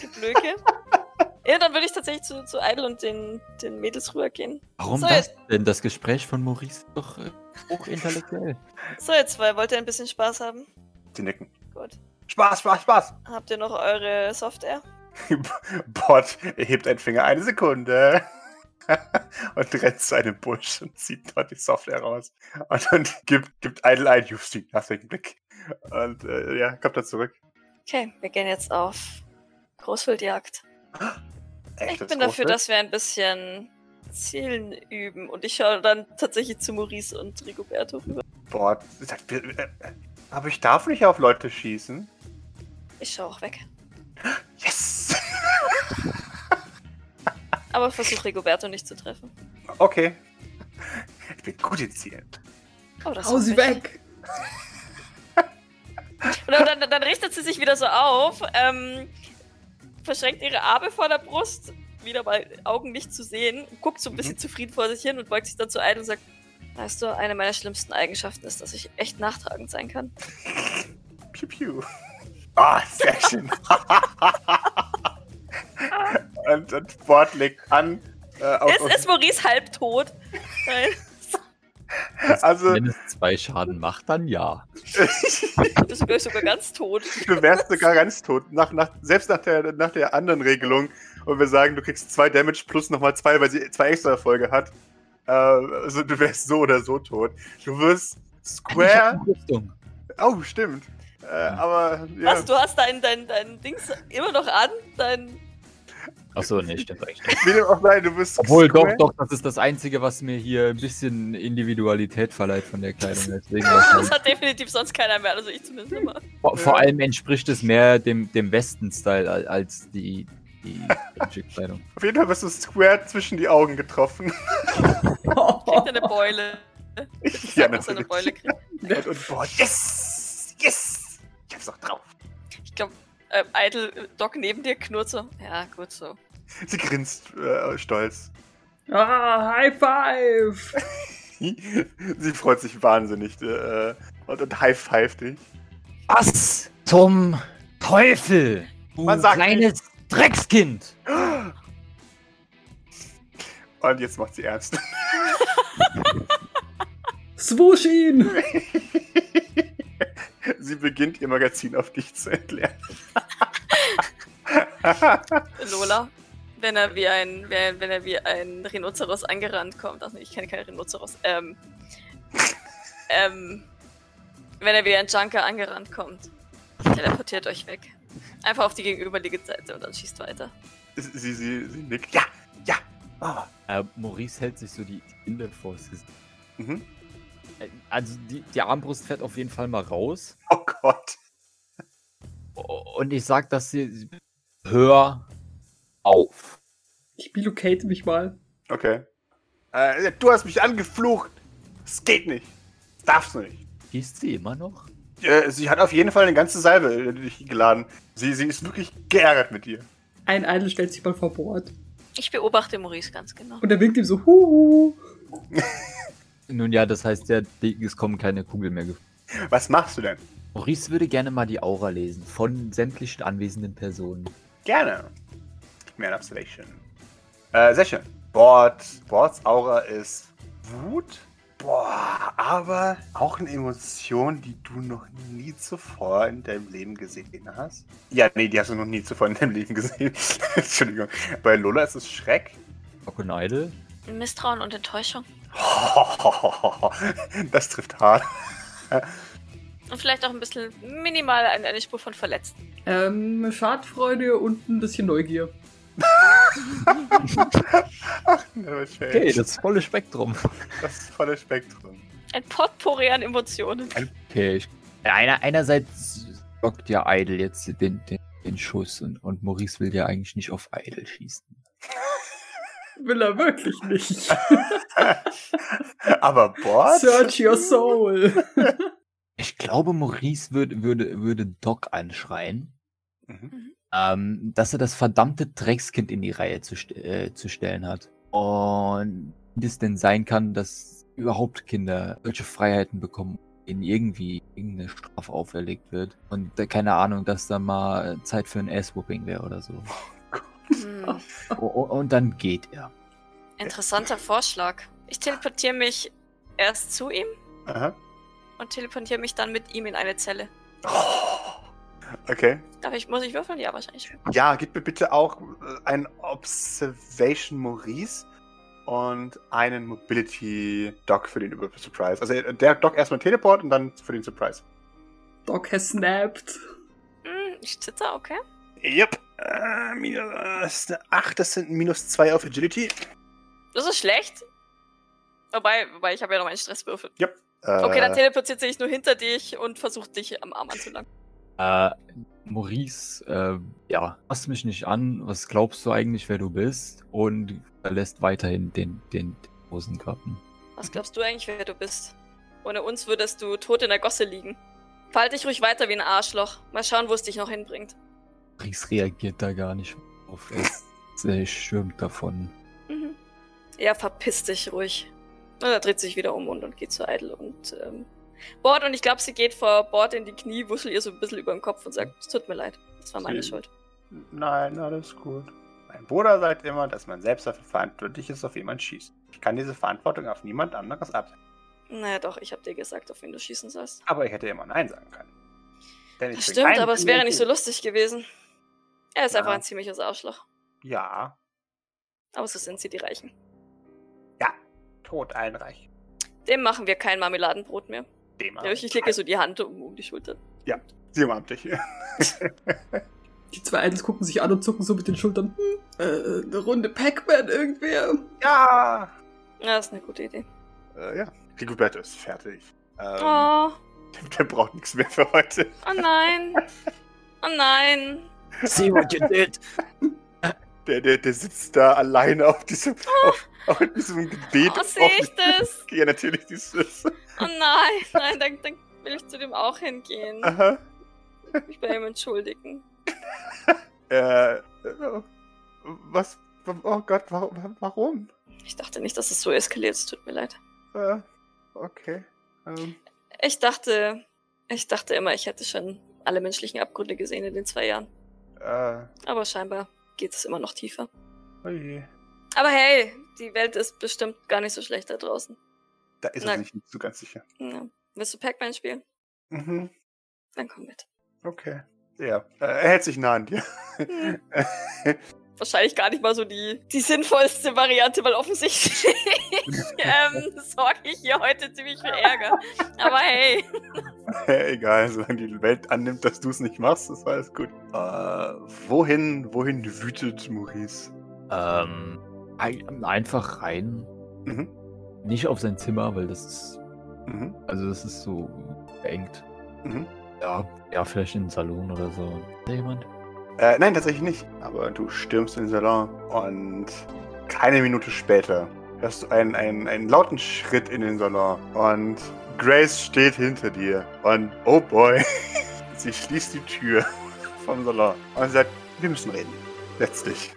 [SPEAKER 1] Geblöke. ja, dann würde ich tatsächlich zu, zu Idle und den, den Mädels rübergehen.
[SPEAKER 5] Warum
[SPEAKER 1] So,
[SPEAKER 5] das denn? Das Gespräch von Maurice ist doch äh, hochintellektuell.
[SPEAKER 1] So, ihr zwei, wollt ihr ein bisschen Spaß haben?
[SPEAKER 2] Die nicken.
[SPEAKER 1] Gut.
[SPEAKER 2] Spaß, Spaß, Spaß!
[SPEAKER 1] Habt ihr noch eure Software?
[SPEAKER 2] Bot hebt einen Finger, eine Sekunde. und rennt zu einem Busch und zieht dort die Software raus. Und dann gibt, gibt Idle ein, you've seen nothing, Blick. Und äh, ja, kommt dann zurück.
[SPEAKER 1] Okay, wir gehen jetzt auf Großwildjagd. Ich
[SPEAKER 2] Echtes
[SPEAKER 1] bin dafür,
[SPEAKER 2] Großwild?
[SPEAKER 1] dass wir ein bisschen Zielen üben. Und ich schaue dann tatsächlich zu Maurice und Rigoberto rüber.
[SPEAKER 2] Bot sagt, äh, äh, aber ich darf nicht auf Leute schießen.
[SPEAKER 1] Ich schaue auch weg.
[SPEAKER 2] Yes!
[SPEAKER 1] Aber versuch Rigoberto nicht zu treffen.
[SPEAKER 2] Okay. Ich bin gut in Zielen.
[SPEAKER 1] Oh, das
[SPEAKER 3] Hau
[SPEAKER 1] war
[SPEAKER 3] sie
[SPEAKER 1] frech.
[SPEAKER 3] weg!
[SPEAKER 1] Und dann, dann, dann richtet sie sich wieder so auf, ähm, verschränkt ihre Arme vor der Brust, wieder mal Augen nicht zu sehen, guckt so ein
[SPEAKER 2] Mhm.
[SPEAKER 1] bisschen zufrieden vor sich hin und beugt sich dann zu ein und sagt, weißt du, eine meiner schlimmsten Eigenschaften ist, dass ich echt nachtragend sein kann.
[SPEAKER 2] Piu, piu. Ah, sehr schön. und, und Bord legt an. Äh, auf,
[SPEAKER 1] Ist,
[SPEAKER 2] auf
[SPEAKER 1] ist Maurice halbtot? Nein.
[SPEAKER 2] Also-
[SPEAKER 5] Wenn es zwei Schaden macht, dann ja.
[SPEAKER 1] Du bist glaube ich sogar ganz tot.
[SPEAKER 2] Du wärst sogar ganz tot. Nach, nach, selbst nach der, nach der anderen Regelung. Und wir sagen, du kriegst zwei Damage plus nochmal zwei, weil sie zwei extra Erfolge hat. Äh, also du wärst so oder so tot. Du wirst
[SPEAKER 5] Ich hab
[SPEAKER 2] square.
[SPEAKER 5] eine Rüstung.
[SPEAKER 2] Oh, stimmt. Äh, aber ja,
[SPEAKER 1] Was, du hast dein, dein, dein Dings immer noch an? Dein,
[SPEAKER 5] Achso, nee, stimmt eigentlich nicht.
[SPEAKER 2] wie dem auch sei, du wirst
[SPEAKER 5] Obwohl, doch,
[SPEAKER 2] square.
[SPEAKER 5] doch, das ist das Einzige, was mir hier ein bisschen Individualität verleiht von der Kleidung. Deswegen wahrscheinlich-
[SPEAKER 1] das hat definitiv sonst keiner mehr, also ich zumindest immer.
[SPEAKER 5] vor, vor allem entspricht es mehr dem, dem Westen-Style al- als die, die deutsche Kleidung.
[SPEAKER 2] Auf jeden Fall wirst du square zwischen die Augen getroffen.
[SPEAKER 1] Kriegt eine Beule. Ich
[SPEAKER 2] Ja,
[SPEAKER 1] sag, dass er eine
[SPEAKER 2] natürlich.
[SPEAKER 1] Beule kriegt.
[SPEAKER 2] Und, und boah, yes! Yes! Ich hab's auch drauf.
[SPEAKER 1] Ich glaube, ähm, Idle äh, Doc neben dir knurrt so. Ja, gut so.
[SPEAKER 2] Sie grinst äh, stolz.
[SPEAKER 3] ah, High Five!
[SPEAKER 2] Sie freut sich wahnsinnig äh, und, und high-five dich.
[SPEAKER 5] Was zum Teufel? Du
[SPEAKER 2] Man sagt
[SPEAKER 5] kleines Dreckskind!
[SPEAKER 2] Und jetzt macht sie ernst.
[SPEAKER 3] Swoosh ihn!
[SPEAKER 2] Sie beginnt ihr Magazin auf dich zu entleeren.
[SPEAKER 1] Lola, wenn er wie ein, wenn, wenn er wie ein Rhinoceros angerannt kommt. Ach nee, ich kenne keinen Rhinoceros. Ähm, ähm, wenn er wie ein Junker angerannt kommt, teleportiert euch weg. Einfach auf die gegenüberliegende Seite und dann schießt weiter.
[SPEAKER 2] Sie, sie, sie nickt. Ja, ja. Ah.
[SPEAKER 5] Äh, Maurice hält sich so die Hände vors Gesicht.
[SPEAKER 2] Mhm.
[SPEAKER 5] Äh, Also die, die Armbrust fährt auf jeden Fall mal raus.
[SPEAKER 2] Oh Gott.
[SPEAKER 5] O- Und ich sag, dass sie. Hör auf.
[SPEAKER 3] Ich bilocate mich mal.
[SPEAKER 2] Okay. Äh, du hast mich angeflucht. Es geht nicht. Das darfst du nicht.
[SPEAKER 5] Hieß sie immer noch?
[SPEAKER 2] Äh, sie hat auf jeden Fall eine ganze Salve in dich geladen. Sie, sie ist wirklich geärgert mit dir.
[SPEAKER 3] Ein Idol stellt sich mal vor Bord.
[SPEAKER 1] Ich beobachte Maurice ganz genau.
[SPEAKER 3] Und er winkt ihm so, huhu.
[SPEAKER 5] Nun ja, das heißt ja, die- es kommen keine Kugeln mehr. gef-
[SPEAKER 2] Was machst du denn?
[SPEAKER 5] Maurice würde gerne mal die Aura lesen von sämtlichen anwesenden Personen.
[SPEAKER 2] Gerne. Gib mir eine Observation. Äh, sehr schön. Bord, Bords Aura ist Wut. Boah, aber auch eine Emotion, die du noch nie zuvor in deinem Leben gesehen hast. Ja, nee, die hast du noch nie zuvor in deinem Leben gesehen. Entschuldigung. Bei Lola ist es Schreck.
[SPEAKER 5] Rock und Idol?
[SPEAKER 1] Misstrauen und Enttäuschung.
[SPEAKER 2] Das trifft hart.
[SPEAKER 1] Und vielleicht auch ein bisschen minimal eine, eine Spur von Verletzten.
[SPEAKER 3] Ähm, Schadfreude und ein bisschen Neugier.
[SPEAKER 2] Never change.
[SPEAKER 5] Okay, das volle Spektrum.
[SPEAKER 2] das volle Spektrum.
[SPEAKER 1] Ein Potpourri an Emotionen.
[SPEAKER 5] Okay, ich, einer, einerseits lockt ja Idol jetzt den, den, den Schuss und, und Maurice will ja eigentlich nicht auf Idol schießen.
[SPEAKER 3] Will er wirklich nicht.
[SPEAKER 2] Aber Bord?
[SPEAKER 3] Search your soul.
[SPEAKER 5] Ich glaube, Maurice würd, würde, würde Doc anschreien,
[SPEAKER 2] Mhm.
[SPEAKER 5] ähm, dass er das verdammte Dreckskind in die Reihe zu, st äh, zu stellen hat. Und wie das denn sein kann, dass überhaupt Kinder solche Freiheiten bekommen, ihnen irgendwie irgendeine Strafe auferlegt wird. Und äh, keine Ahnung, dass da mal Zeit für ein Ass-Whooping wäre oder so.
[SPEAKER 1] Hm,
[SPEAKER 5] O- o- Und dann geht er.
[SPEAKER 1] interessanter Vorschlag. Ich teleportiere mich erst zu ihm
[SPEAKER 2] Aha.
[SPEAKER 1] und teleportiere mich dann mit ihm in eine Zelle.
[SPEAKER 2] Okay.
[SPEAKER 1] Darf ich, muss ich würfeln? Ja, wahrscheinlich.
[SPEAKER 2] Ja, gib mir bitte auch äh, einen Observation Maurice und einen Mobility Doc für den Über Surprise. Also äh, der Doc erstmal Teleport und dann für den Surprise.
[SPEAKER 3] Doc has snapped.
[SPEAKER 1] Hm, ich zitter, okay.
[SPEAKER 2] Yep. Äh, minus, äh, das ist eine 8, das sind minus 2 auf Agility.
[SPEAKER 1] Das ist schlecht. Wobei, wobei ich habe ja noch meinen Stresswürfel.
[SPEAKER 2] Äh,
[SPEAKER 1] Okay, dann teleportiert sie sich nur hinter dich und versucht dich am Arm anzulangen.
[SPEAKER 5] Äh, Maurice, äh, ja, fass mich nicht an. Was glaubst du eigentlich, wer du bist? Und verlässt weiterhin den, den, den Hosengraben.
[SPEAKER 1] Was glaubst du eigentlich, wer du bist? Ohne uns würdest du tot in der Gosse liegen. Verhalte dich ruhig weiter wie ein Arschloch. Mal schauen, wo es dich noch hinbringt.
[SPEAKER 5] Maurice reagiert da gar nicht auf. Es äh, schwimmt davon.
[SPEAKER 1] Mhm. Ja, verpiss dich ruhig. Und er dreht sich wieder um und, und geht zu Idle und ähm, Bord und ich glaube, sie geht vor Bord in die Knie, wuschelt ihr so ein bisschen über den Kopf und sagt, es tut mir leid, das war meine
[SPEAKER 2] Sie-
[SPEAKER 1] Schuld.
[SPEAKER 2] Nein, alles gut. Mein Bruder sagt immer, dass man selbst dafür verantwortlich ist, auf jemand schießt. Ich kann diese Verantwortung auf niemand anderes absetzen.
[SPEAKER 1] Naja doch, ich hab dir gesagt, auf wen du schießen sollst.
[SPEAKER 2] Aber ich hätte immer Nein sagen können. Denn ich
[SPEAKER 1] Das
[SPEAKER 2] bin
[SPEAKER 1] stimmt,
[SPEAKER 2] kein
[SPEAKER 1] aber es wäre nicht so
[SPEAKER 2] Idiot.
[SPEAKER 1] lustig gewesen. Er ist
[SPEAKER 2] Ja.
[SPEAKER 1] einfach ein ziemliches Arschloch.
[SPEAKER 2] Ja,
[SPEAKER 1] Aber so sind sie, die Reichen.
[SPEAKER 2] tot einreich.
[SPEAKER 1] Dem machen wir kein Marmeladenbrot mehr.
[SPEAKER 2] Dem
[SPEAKER 1] Ja, ich ich lege so die Hand um, um die Schulter.
[SPEAKER 2] Sie umarmt dich.
[SPEAKER 3] Die zwei Idols gucken sich an und zucken so mit den Schultern. Hm, äh, eine Runde Pac-Man irgendwer.
[SPEAKER 2] ja!
[SPEAKER 1] Ja, das ist eine gute Idee.
[SPEAKER 2] Äh, ja. Rigoberto ist fertig. Ähm,
[SPEAKER 1] Oh,
[SPEAKER 2] der, der braucht nichts mehr für heute.
[SPEAKER 1] oh nein. Oh nein.
[SPEAKER 5] See what you did!
[SPEAKER 2] Der, der, der sitzt da alleine auf diesem, auf, auf diesem Gebet.
[SPEAKER 1] Oh, sehe ich das?
[SPEAKER 2] Ja, natürlich dieses.
[SPEAKER 1] Oh nein, nein, dann, dann will ich zu dem auch hingehen.
[SPEAKER 2] Aha.
[SPEAKER 1] Mich bei ihm entschuldigen.
[SPEAKER 2] Äh, äh, was? Oh Gott, warum? warum?
[SPEAKER 1] Ich dachte nicht, dass es so eskaliert. Es tut mir leid.
[SPEAKER 2] Äh, okay. Ähm,
[SPEAKER 1] Ich dachte, ich dachte immer, ich hätte schon alle menschlichen Abgründe gesehen in den zwei Jahren.
[SPEAKER 2] äh,
[SPEAKER 1] Aber scheinbar geht es immer noch tiefer.
[SPEAKER 2] oje.
[SPEAKER 1] Aber hey, die Welt ist bestimmt gar nicht so schlecht da draußen.
[SPEAKER 2] Da ist
[SPEAKER 1] Na-
[SPEAKER 2] er sich nicht so ganz sicher.
[SPEAKER 1] Ja. Willst du Pac-Man spielen?
[SPEAKER 2] Mhm,
[SPEAKER 1] Dann komm mit.
[SPEAKER 2] okay. Ja, äh, er hält sich nah an dir. Äh,
[SPEAKER 1] Hm. Wahrscheinlich gar nicht mal so die, die sinnvollste Variante, weil offensichtlich ähm, sorge ich hier heute ziemlich für Ärger. Aber hey.
[SPEAKER 2] Egal, solange die Welt annimmt, dass du es nicht machst, ist alles gut. Äh, wohin, wohin wütet Maurice?
[SPEAKER 5] Ähm, ein, einfach rein.
[SPEAKER 2] Mhm.
[SPEAKER 5] Nicht auf sein Zimmer, weil das ist.
[SPEAKER 2] Mhm.
[SPEAKER 5] Also, das ist so beengt.
[SPEAKER 2] Mhm.
[SPEAKER 5] Ja, ja, vielleicht in den Salon oder so. Ist da jemand?
[SPEAKER 2] Äh, nein, tatsächlich nicht. Aber du stürmst in den Salon und keine Minute später hörst du einen, einen, einen lauten Schritt in den Salon und Grace steht hinter dir und oh boy, sie schließt die Tür vom Salon und sagt, wir müssen reden. Letztlich.